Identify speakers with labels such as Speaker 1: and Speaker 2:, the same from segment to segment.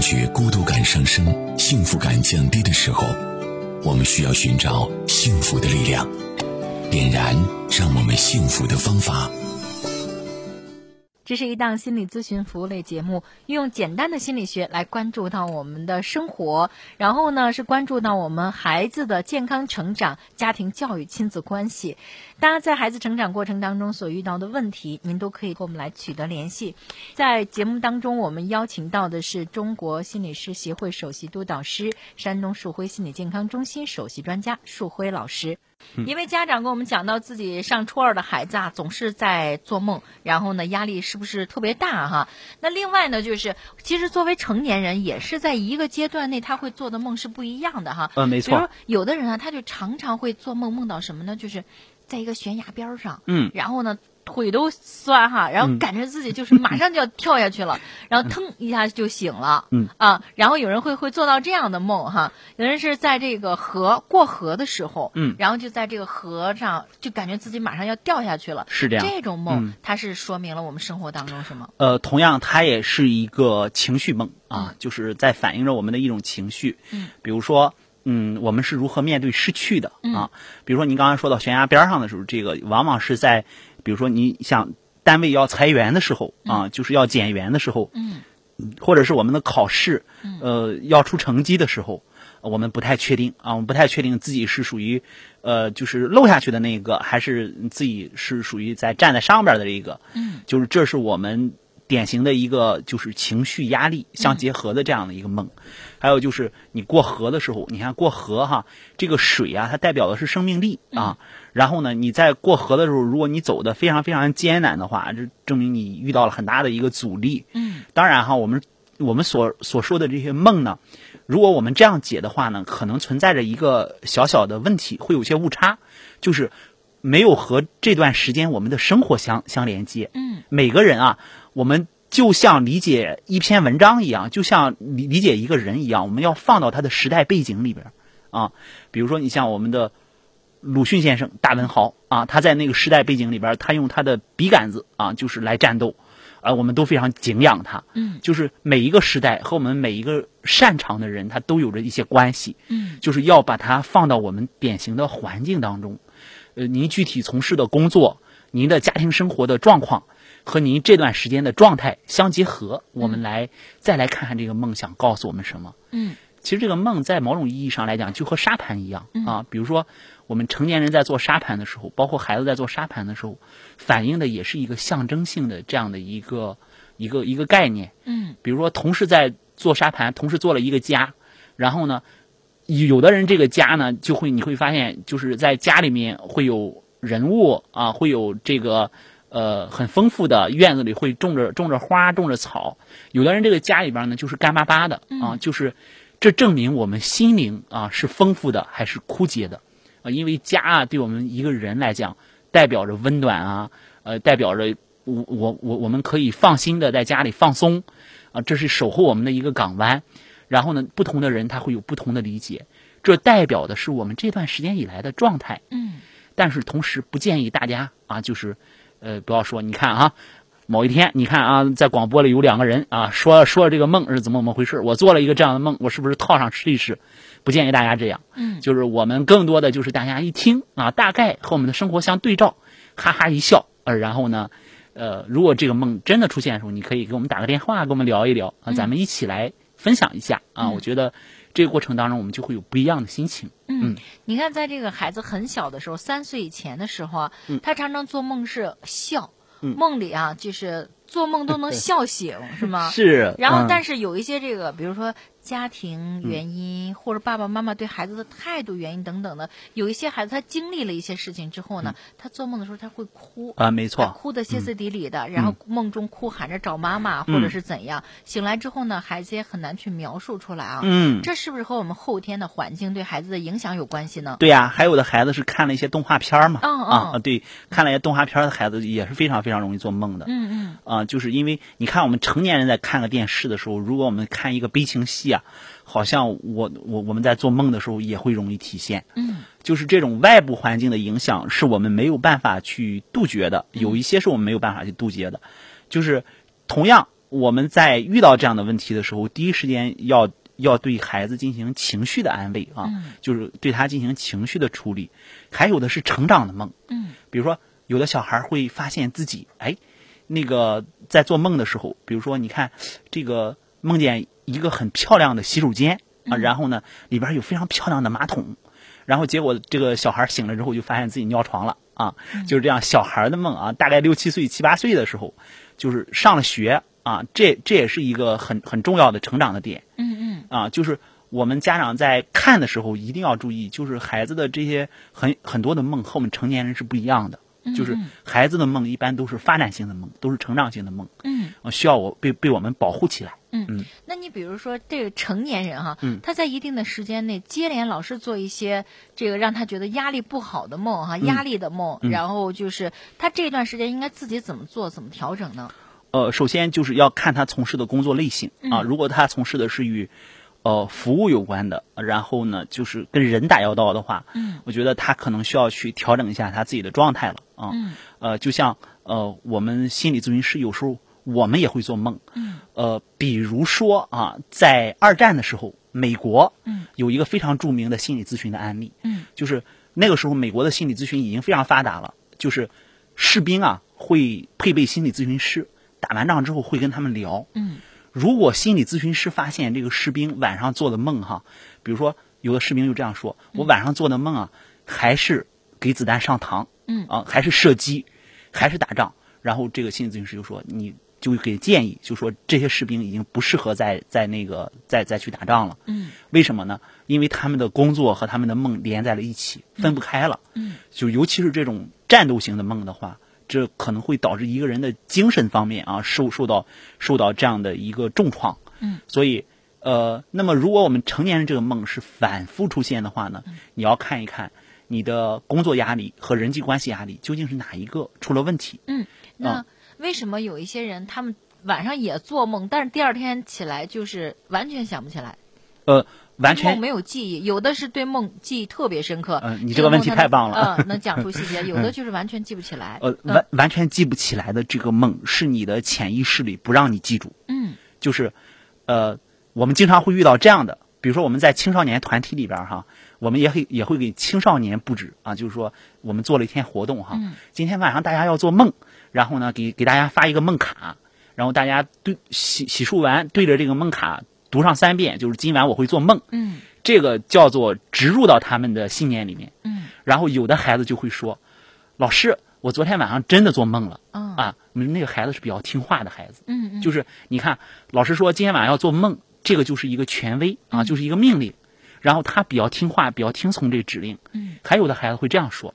Speaker 1: 觉孤独感上升、幸福感降低的时候，我们需要寻找幸福的力量，点燃让我们幸福的方法。
Speaker 2: 这是一档心理咨询服务类节目，运用简单的心理学来关注到我们的生活，然后呢是关注到我们孩子的健康成长、家庭教育、亲子关系。大家在孩子成长过程当中所遇到的问题，您都可以和我们来取得联系。在节目当中，我们邀请到的是中国心理师协会首席督导师、山东树辉心理健康中心首席专家树辉老师。
Speaker 3: 嗯
Speaker 2: 因为家长跟我们讲到自己上初二的孩子啊，总是在做梦，然后呢，压力是不是特别大哈？那另外呢，就是其实作为成年人，也是在一个阶段内他会做的梦是不一样的哈。
Speaker 3: 嗯，没
Speaker 2: 比如
Speaker 3: 错
Speaker 2: 说。有的人啊，他就常常会做梦，梦到什么呢？就是在一个悬崖边儿上，
Speaker 3: 嗯，
Speaker 2: 然后呢腿都酸哈，然后
Speaker 3: 嗯
Speaker 2: 感觉自己就是马上就要跳下去 了，然后腾一下就醒了，
Speaker 3: 嗯
Speaker 2: 啊，然后有人会会做到这样的梦哈，有人是在这个河过河的时候，
Speaker 3: 嗯
Speaker 2: 然后就在这个河上就感觉自己马上要掉下去了，
Speaker 3: 是这样
Speaker 2: 这种梦、
Speaker 3: 嗯
Speaker 2: 它是说明了我们生活当中什么？
Speaker 3: 呃，同样，它也是一个情绪梦啊，就是在反映着我们的一种情绪。
Speaker 2: 嗯，
Speaker 3: 比如说，嗯，我们是如何面对失去的
Speaker 2: 嗯
Speaker 3: 啊？比如说，您刚才说到悬崖边上的时候，这个往往是在，比如说你想单位要裁员的时候啊，就是要减员的时候，
Speaker 2: 嗯
Speaker 3: 或者是我们的考试
Speaker 2: 嗯，
Speaker 3: 呃，要出成绩的时候，呃我们不太确定啊，我们不太确定自己是属于，呃，就是漏下去的那个，还是自己是属于在站在上边儿的一个，
Speaker 2: 嗯
Speaker 3: 就是这是我们典型的一个就是情绪压力相结合的这样的一个梦。还有就是你过河的时候，你看过河哈，这个水啊，它代表的是生命力啊。然后呢，你在过河的时候，如果你走的非常非常艰难的话，这证明你遇到了很大的一个阻力。
Speaker 2: 嗯
Speaker 3: 当然哈，我们我们所所说的这些梦呢，如果我们这样解的话呢，可能存在着一个小小的问题，会有些误差，就是没有和这段时间我们的生活相相连接。
Speaker 2: 嗯
Speaker 3: 每个人啊，我们就像理解一篇文章一样，就像理理解一个人一样，我们要放到他的时代背景里边儿啊。比如说，你像我们的鲁迅先生、大文豪啊，他在那个时代背景里边儿，他用他的笔杆子啊，就是来战斗，啊，我们都非常敬仰他。
Speaker 2: 嗯
Speaker 3: 就是每一个时代和我们每一个擅长的人，他都有着一些关系，
Speaker 2: 嗯
Speaker 3: 就是要把它放到我们典型的环境当中。呃，您具体从事的工作、您的家庭生活的状况和您这段时间的状态相结合，我们来再来看看这个梦想告诉我们什么。
Speaker 2: 嗯
Speaker 3: 其实这个梦在某种意义上来讲，就和沙盘一样啊。比如说，我们成年人在做沙盘的时候，包括孩子在做沙盘的时候，反映的也是一个象征性的这样的一个一个一个概念。
Speaker 2: 嗯
Speaker 3: 比如说同事在做沙盘，同事做了一个家，然后呢，有的人这个家呢，就会你会发现，就是在家里面会有人物啊，会有这个呃很丰富的院子里会种着种着花，种着草。有的人这个家里边呢，就是干巴巴的啊，就是这证明我们心灵啊是丰富的还是枯竭的啊？因为家啊，对我们一个人来讲，代表着温暖啊，呃，代表着。我我我我们可以放心的在家里放松，啊，这是守候我们的一个港湾。然后呢，不同的人他会有不同的理解，这代表的是我们这段时间以来的状态。
Speaker 2: 嗯
Speaker 3: 但是同时不建议大家啊，就是呃，不要说你看啊，某一天你看啊，在广播里有两个人啊说说这个梦是怎么怎么回事，我做了一个这样的梦，我是不是套上试一试？不建议大家这样。
Speaker 2: 嗯
Speaker 3: 就是我们更多的就是大家一听啊，大概和我们的生活相对照，哈哈一笑，呃，然后呢，呃，如果这个梦真的出现的时候，你可以给我们打个电话，跟我们聊一聊啊，咱们一起来分享一下啊，
Speaker 2: 嗯
Speaker 3: 我觉得这个过程当中我们就会有不一样的心情。
Speaker 2: 嗯
Speaker 3: 嗯，
Speaker 2: 你看，在这个孩子很小的时候，三岁以前的时候啊，他常常做梦是笑，
Speaker 3: 嗯
Speaker 2: 梦里啊就是做梦都能笑醒，是吗？
Speaker 3: 是
Speaker 2: 然后，但
Speaker 3: 是、
Speaker 2: 是有一些这个，比如说家
Speaker 3: 嗯
Speaker 2: 庭原因，或者爸爸妈妈对孩子的态度原因等等的，有一些孩子他经历了一些事情之后呢，他做梦的时候他会哭，
Speaker 3: 嗯啊，没
Speaker 2: 他
Speaker 3: 错，嗯
Speaker 2: 哭得歇斯底里的，然后梦中哭喊着找妈妈、或者是怎样，醒来之后呢，孩子也很难去描述出来啊。
Speaker 3: 嗯。
Speaker 2: 这是不是和我们后天的环境对孩子的影响有关系呢？
Speaker 3: 对呀、还有的孩子是看了一些动画片儿嘛，
Speaker 2: 嗯
Speaker 3: 啊，
Speaker 2: 嗯
Speaker 3: 对，看了一些动画片儿的孩子也是非常非常容易做梦的，
Speaker 2: 嗯嗯
Speaker 3: 啊，就是因为你看我们成年人在看个电视的时候，如果我们看一个悲情戏啊，好像我我我们在做梦的时候也会容易体现，
Speaker 2: 嗯
Speaker 3: 就是这种外部环境的影响是我们
Speaker 2: 嗯
Speaker 3: 没有办法去杜绝的，有一些是我们没有办法去杜绝的，就是同样我们在遇到这样的问题的时候，第一时间要要对孩子进行情绪的安慰啊，
Speaker 2: 嗯
Speaker 3: 就是对他进行情绪的处理。还有的是成长的梦，
Speaker 2: 嗯
Speaker 3: 比如说有的小孩会发现自己，哎，那个在做梦的时候，比如说你看这个梦见一个很漂亮的洗手间啊，然后呢里边有非常漂亮的马桶，然后结果这个小孩醒了之后就发现自己尿床了啊，就是这样小孩的梦啊，大概六七岁七八岁的时候，就是上了学啊，这这也是一个很很重要的成长的点。
Speaker 2: 嗯
Speaker 3: 啊，就是我们家长在看的时候一定要注意，就是孩子的这些很很多的梦和我们成年人是不一样的，
Speaker 2: 嗯
Speaker 3: 就是孩子的梦一般都是发展性的梦，都是成长性的梦，
Speaker 2: 嗯
Speaker 3: 呃需要我被被我们保护起来。
Speaker 2: 嗯。那你比如说这个成年人哈，
Speaker 3: 嗯
Speaker 2: 他在一定的时间内接连老是做一些这个让他觉得压力不好的梦哈，压力的梦，
Speaker 3: 嗯
Speaker 2: 然后就是他这段时间应该自己怎么做，怎么调整呢？
Speaker 3: 呃，首先就是要看他从事的工作类型
Speaker 2: 嗯
Speaker 3: 啊，如果他从事的是与呃服务有关的，然后呢就是跟人打交道的话，
Speaker 2: 嗯
Speaker 3: 我觉得他可能需要去调整一下他自己的状态了啊。
Speaker 2: 嗯
Speaker 3: 呃，就像呃我们心理咨询师有时候我们也会做梦，
Speaker 2: 嗯
Speaker 3: 呃，比如说啊，在二战的时候，美国
Speaker 2: 嗯
Speaker 3: 有一个非常著名的心理咨询的案例，
Speaker 2: 嗯
Speaker 3: 就是那个时候美国的心理咨询已经非常发达了，就是士兵啊会配备心理咨询师，打完仗之后会跟他们聊。
Speaker 2: 嗯
Speaker 3: 如果心理咨询师发现这个士兵晚上做的梦哈，比如说有的士兵就这样说：“
Speaker 2: 嗯
Speaker 3: 我晚上做的梦啊，还是给子弹上膛，
Speaker 2: 嗯
Speaker 3: 啊，还是射击，还是打仗。”然后这个心理咨询师就说：“你就给建议，就说这些士兵已经不适合再再那个再再去打仗了。
Speaker 2: 嗯
Speaker 3: 为什么呢？因为他们的工作和他们的梦连在了一起，分不开了。
Speaker 2: 嗯
Speaker 3: 就尤其是这种战斗型的梦的话，这可能会导致一个人的精神方面啊受受到受到这样的一个重创。
Speaker 2: 嗯，
Speaker 3: 所以呃，那么如果我们成年人这个梦是反复出现的话呢，
Speaker 2: 嗯
Speaker 3: 你要看一看你的工作压力和人际关系压力究竟是哪一个出了问题。
Speaker 2: 嗯。那
Speaker 3: 啊
Speaker 2: 为什么有一些人他们晚上也做梦，但是第二天起来就是完全想不起来？
Speaker 3: 呃，
Speaker 2: 梦
Speaker 3: 完全
Speaker 2: 没有记忆，有的是对梦记忆特别深刻。
Speaker 3: 嗯你
Speaker 2: 这
Speaker 3: 这
Speaker 2: 个
Speaker 3: 个
Speaker 2: 梦
Speaker 3: 问题
Speaker 2: 它
Speaker 3: 太
Speaker 2: 能
Speaker 3: 棒了
Speaker 2: 嗯，能讲出细节，有的就是完全记不起来。
Speaker 3: 呃
Speaker 2: 嗯
Speaker 3: 完完全记不起来的这个梦是你的潜意识里不让你记住。
Speaker 2: 嗯
Speaker 3: 就是，呃，我们经常会遇到这样的，比如说我们在青少年团体里边儿哈，我们也会也会给青少年布置啊，就是说我们做了一天活动哈，
Speaker 2: 嗯
Speaker 3: 今天晚上大家要做梦，然后呢给给大家发一个梦卡，然后大家对洗洗漱完对着这个梦卡读上三遍，就是今晚我会做梦，
Speaker 2: 嗯
Speaker 3: 这个叫做植入到他们的信念里面，
Speaker 2: 嗯
Speaker 3: 然后有的孩子就会说，老师，我昨天晚上真的做梦了
Speaker 2: 嗯
Speaker 3: 啊，我们那个孩子是比较听话的孩子。
Speaker 2: 嗯嗯，
Speaker 3: 就是你看，老师说今天晚上要做梦，这个就是一个权威
Speaker 2: 嗯
Speaker 3: 啊，就是一个命令。然后他比较听话，比较听从这个指令。
Speaker 2: 嗯，
Speaker 3: 还有的孩子会这样说：“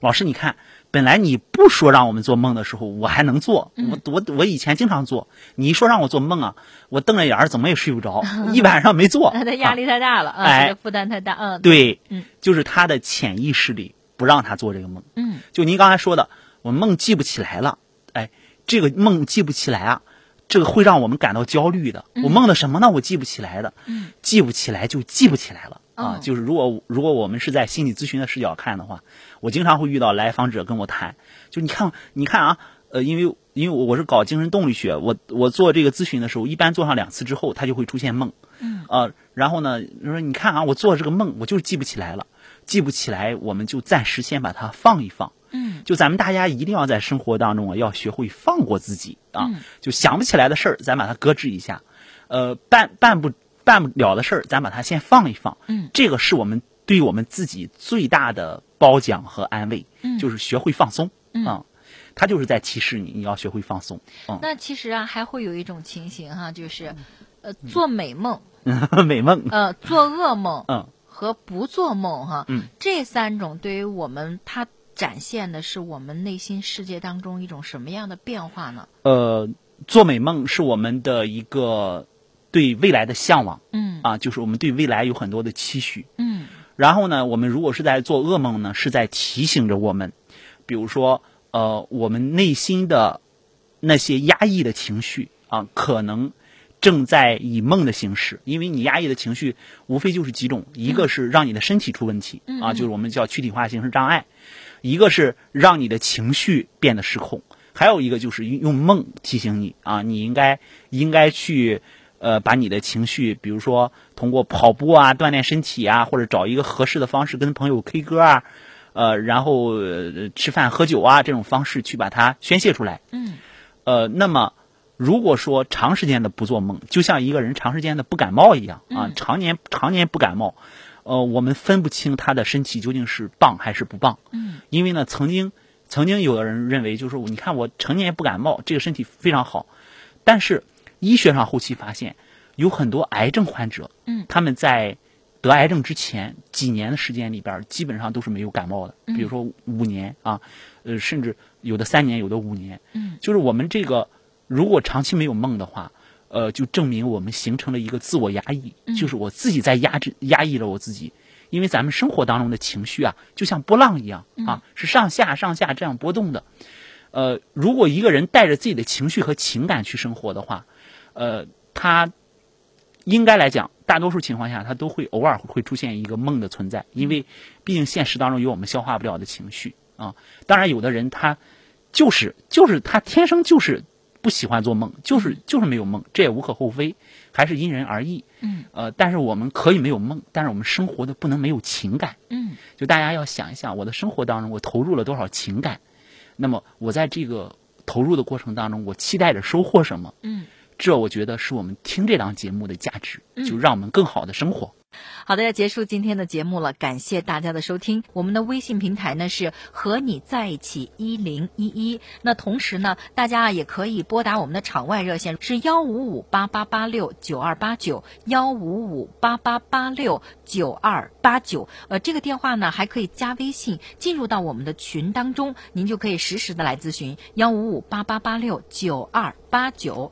Speaker 3: 老师，你看，本来你不说让我们做梦的时候，我还能做。
Speaker 2: 嗯
Speaker 3: 我我我以前经常做，你一说让我做梦啊，我瞪着眼儿怎么也睡不 着，一晚上没做。
Speaker 2: 他的压
Speaker 3: 啊
Speaker 2: 力太大了，啊，
Speaker 3: 哎
Speaker 2: 他的负担太大，嗯，，
Speaker 3: 对，
Speaker 2: 嗯
Speaker 3: 就是他的潜意识里不让他做这个梦。
Speaker 2: 嗯
Speaker 3: 就您刚才说的，我梦记不起来了，哎，这个梦记不起来啊，这个会让我们感到焦虑的。我梦的什么呢？我记不起来的，
Speaker 2: 嗯
Speaker 3: 记不起来就记不起来
Speaker 2: 哦
Speaker 3: 了。啊，就是如果如果我们是在心理咨询的视角看的话，我经常会遇到来访者跟我谈，就你看你看啊，呃，因为因为我是搞精神动力学，我我做这个咨询的时候，一般做上两次之后，它就会出现梦，
Speaker 2: 嗯，
Speaker 3: 啊，然后呢，就说你看啊，我做这个梦，我就是记不起来了，记不起来，我们就暂时先把它放一放，
Speaker 2: 嗯
Speaker 3: 就咱们大家一定要在生活当中啊，要学会放过自己啊。
Speaker 2: 嗯
Speaker 3: 就想不起来的事儿，咱把它搁置一下；呃，办办不办不了的事儿，咱把它先放一放。
Speaker 2: 嗯，
Speaker 3: 这个是我们对我们自己最大的褒奖和安慰，
Speaker 2: 嗯
Speaker 3: 就是学会放松。
Speaker 2: 嗯
Speaker 3: 啊，他就是在提示你，你要学会放松。
Speaker 2: 那其实啊，还会有一种情形哈、就是，呃，做美梦，
Speaker 3: 美梦，
Speaker 2: 呃，做噩梦，
Speaker 3: 嗯，
Speaker 2: 和不做梦哈、
Speaker 3: 嗯
Speaker 2: 这三种对于我们，它展现的是我们内心世界当中一种什么样的变化呢？
Speaker 3: 呃，做美梦是我们的一个对未来的向往
Speaker 2: 嗯
Speaker 3: 啊，就是我们对未来有很多的期许。
Speaker 2: 嗯
Speaker 3: 然后呢，我们如果是在做噩梦呢，是在提醒着我们，比如说，呃，我们内心的呃那些压抑的情绪啊，可能正在以梦的形式，因为你压抑的情绪无非就是几种，一个是让你的身体出问题
Speaker 2: 嗯
Speaker 3: 啊，
Speaker 2: 嗯
Speaker 3: 就是我们叫躯体化形式障碍，一个是让你的情绪变得失控，还有一个就是用梦提醒你啊，你应该应该去呃把你的情绪，比如说通过跑步啊、锻炼身体啊，或者找一个合适的方式跟朋友 K 歌啊，呃，然后、呃吃饭喝酒啊这种方式去把它宣泄出来。
Speaker 2: 嗯，
Speaker 3: 呃，那么如果说长时间的不做梦，就像一个人长时间的不感冒一样啊，
Speaker 2: 嗯
Speaker 3: 常年常年不感冒，呃，我们分不清他的身体究竟是棒还是不棒。
Speaker 2: 嗯，
Speaker 3: 因为呢，曾经曾经有的人认为，就是你看我成年不感冒，这个身体非常好，但是医学上后期发现，有很多癌症患者，
Speaker 2: 嗯
Speaker 3: 他们在得癌症之前几年的时间里边儿，基本上都是没有感冒的，
Speaker 2: 嗯
Speaker 3: 比如说五年啊，呃，甚至有的三年，有的五年，
Speaker 2: 嗯，
Speaker 3: 就是我们这个如果长期没有梦的话。呃，就证明我们形成了一个自我压抑，
Speaker 2: 嗯
Speaker 3: 就是我自己在压制、压抑了我自己，因为咱们生活当中的情绪啊，就像波浪一样啊，是上下上下这样波动的。呃，如果一个人带着自己的情绪和情感去生活的话，呃，他应该来讲，大多数情况下他都会偶尔会出现一个梦的存在，因为毕竟现实当中有我们消化不了的情绪啊。当然，有的人他就是就是他天生就是不喜欢做梦，就是就是没有梦，这也无可厚非，还是因人而异。
Speaker 2: 嗯，
Speaker 3: 呃，但是我们可以没有梦，但是我们生活的不能没有情感。
Speaker 2: 嗯
Speaker 3: 就大家要想一想，我的生活当中我投入了多少情感，那么我在这个投入的过程当中，我期待着收获什么？
Speaker 2: 嗯。
Speaker 3: 这我觉得是我们听这档节目的价值，
Speaker 2: 嗯
Speaker 3: 就让我们更好的生活。
Speaker 2: 好的，要结束今天的节目了，感谢大家的收听。我们的微信平台呢是和你在一起一零一一。那同时呢，大家啊也可以拨打我们的场外热线是幺五五八八八六九二八九幺五五八八八六九二八九。呃，这个电话呢还可以加微信，进入到我们的群当中，您就可以实时的来咨询幺五五八八八六九二八九。